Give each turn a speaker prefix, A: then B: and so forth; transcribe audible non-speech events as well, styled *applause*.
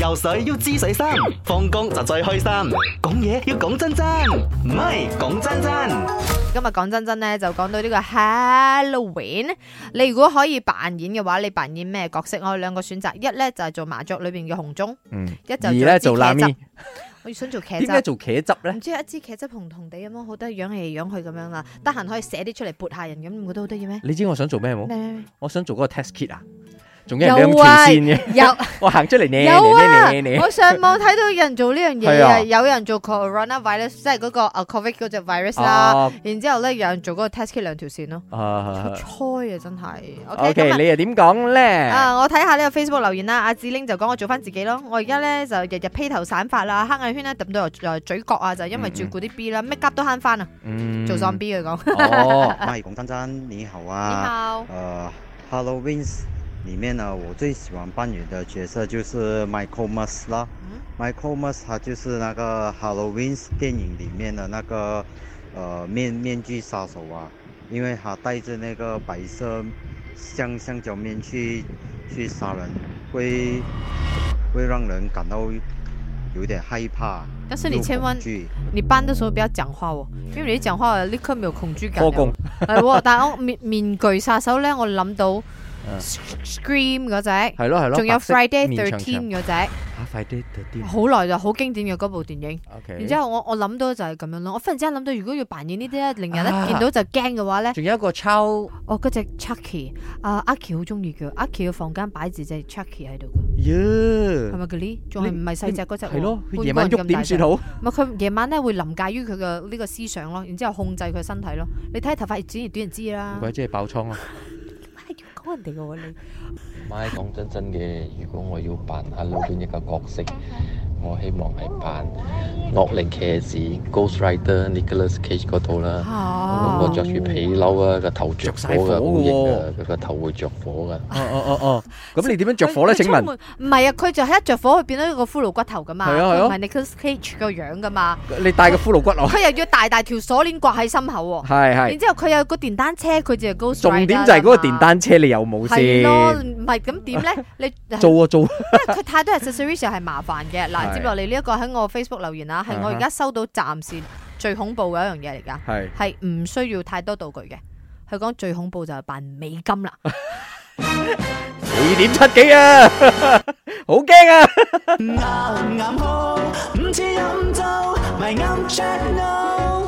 A: 游水要知水深，放工就最開心。講嘢要講真真，唔係講真真。
B: 今日講真真咧，就講到呢個 Halloween。你如果可以扮演嘅話，你扮演咩角色？我有兩個選擇，一咧就係做麻雀裏边嘅紅中，
C: 嗯，
B: 一就
C: 而咧
B: 做一
C: 做
B: 支
C: 拉
B: 茄
C: 咪
B: 汁。，我想做茄
C: 點解
B: 汁。
C: 做茄汁咧
B: 唔？知一支茄汁紅紅地咁樣，好得樣嚟樣去咁樣啦。
C: 嗯
B: 得閒可以寫啲出嚟撥下人咁，唔覺得好得意咩？
C: 你知我想做咩冇？
B: 咩咩咩
C: 我想做嗰個 test kit 啊，仲有
B: 有
C: 人兩條
B: 啊
C: 線嘅， *laughs*
B: 有。
C: 我行出嚟呢
B: 有啊
C: 呢呢呢，呢
B: 我上網睇到有人做呢樣嘢
C: 係
B: 啊，
C: 啊
B: 有人做 corona virus，即係嗰個啊 covid 嗰只 virus 啦。
C: 哦
B: 然之後咧，有人做嗰個 test kit 兩條線咯，好
C: 啊
B: 猜啊真係。OK，今啊
C: ，OK，
B: 日
C: 你又點講咧？
B: 啊，我睇下呢個 Facebook 留言啦。阿志玲就講我做翻自己咯，我而家咧就日日披頭散髮啦，黑眼圈咧揼到由由嘴角啊，就因為照顧啲 B 啦，make up 都慳翻啊，
C: 嗯
B: 做喪 B 佢講。
C: 哦，
D: 麦龚丹丹，你好
B: 你
D: 啊。
B: 好，
D: 呃，Halloween 里面呢，我最喜欢扮演的角色就是 Michael Myers 啦。
B: 嗯
D: Michael Myers 他就是那个 Halloween 电影里面的那个呃面面具杀手啊，因为他戴着那个白色橡橡胶面具去杀人，会会让人感到有点害怕
B: 但是
D: 又
B: 你千
D: 恐
B: 萬
D: 惧。
B: 你搬的時候不要講話喎，因為你講話立刻沒有恐懼感
C: 科
B: 了。
C: 工
B: 係
C: *laughs*
B: 喎，但係我面面具殺手咧，我諗到
C: 嗯
B: Scream 嗰只，
C: 係咯係咯，
B: 仲有
C: 白色
B: Friday
C: 面長長
B: Thirteen 嗰只，
C: 啊，Friday Thirteen，
B: 好耐就好經典嘅嗰部電影。
C: OK，
B: 然之後我我諗到就係咁樣咯，我忽然之間諗到，如果要扮演呢啲咧，令人咧
C: 啊
B: 見到就驚嘅話咧，
C: 仲有一個抄，
B: 我哦嗰只 Chucky，啊阿 K 好中意佢，阿 K 嘅房間擺住隻 Chucky 喺度嘅，係
C: 耶，
B: 咪嗰啲？仲係唔係細只嗰只喎？
C: 嗯係咯，佢
B: 半
C: 夜晚
B: 個
C: 喐
B: 人咁
C: 點
B: 大隻
C: 算好？
B: 唔係佢夜晚咧會臨界於佢嘅呢個思想咯，然之後控制佢身體咯。你睇下頭髮越剪越短就知啦
C: 唔。怪即係爆倉啦，
B: 係哎要講人哋嘅喎你。
E: 咪講真真嘅，如果我要扮 Halloween 一個角色，我希望係扮惡靈騎士 Ghost Rider Nicholas Cage 嗰度啦。
B: 啊
E: 咁我着住皮褸啊，個頭着
C: 着晒火
E: 火噶，好型
C: 嘅
E: 噶，佢個頭會着火噶。
C: 哦哦哦哦，咁你點樣着火咧？
B: 佢
C: 請
B: 佢充
C: 問
B: 滿唔係啊，佢就係一着火，佢變咗一個骷髏骨頭噶嘛，
C: 係啊係
B: 佢
C: 啊
B: 唔係 Nicholas Cage 個樣噶嘛，
C: 你戴個骷髏骨落？
B: 佢又要大大條鎖鏈掛喺心口喎，
C: 係係
B: 然。之後 *laughs* 佢有個電單車，佢就係 g o
C: 重點就係嗰個電單車你有冇
B: 係
C: 先？
B: 咯，唔係咁點 *laughs* 咧？你
C: 做啊做，
B: *laughs* 因為佢太多 accessories 又係麻煩嘅。嗱，
C: 係
B: 接落嚟呢一個喺我 Facebook 留言啊，係我而家收到暫時最恐怖嘅一樣嘢嚟㗎，
C: 係
B: 係唔需要太多道具嘅。佢講最恐怖就係扮美金啦，
C: 四點七幾啊， *laughs* 好驚啊！
F: 啱唔啱好？唔似飲酒，咪啱 check no。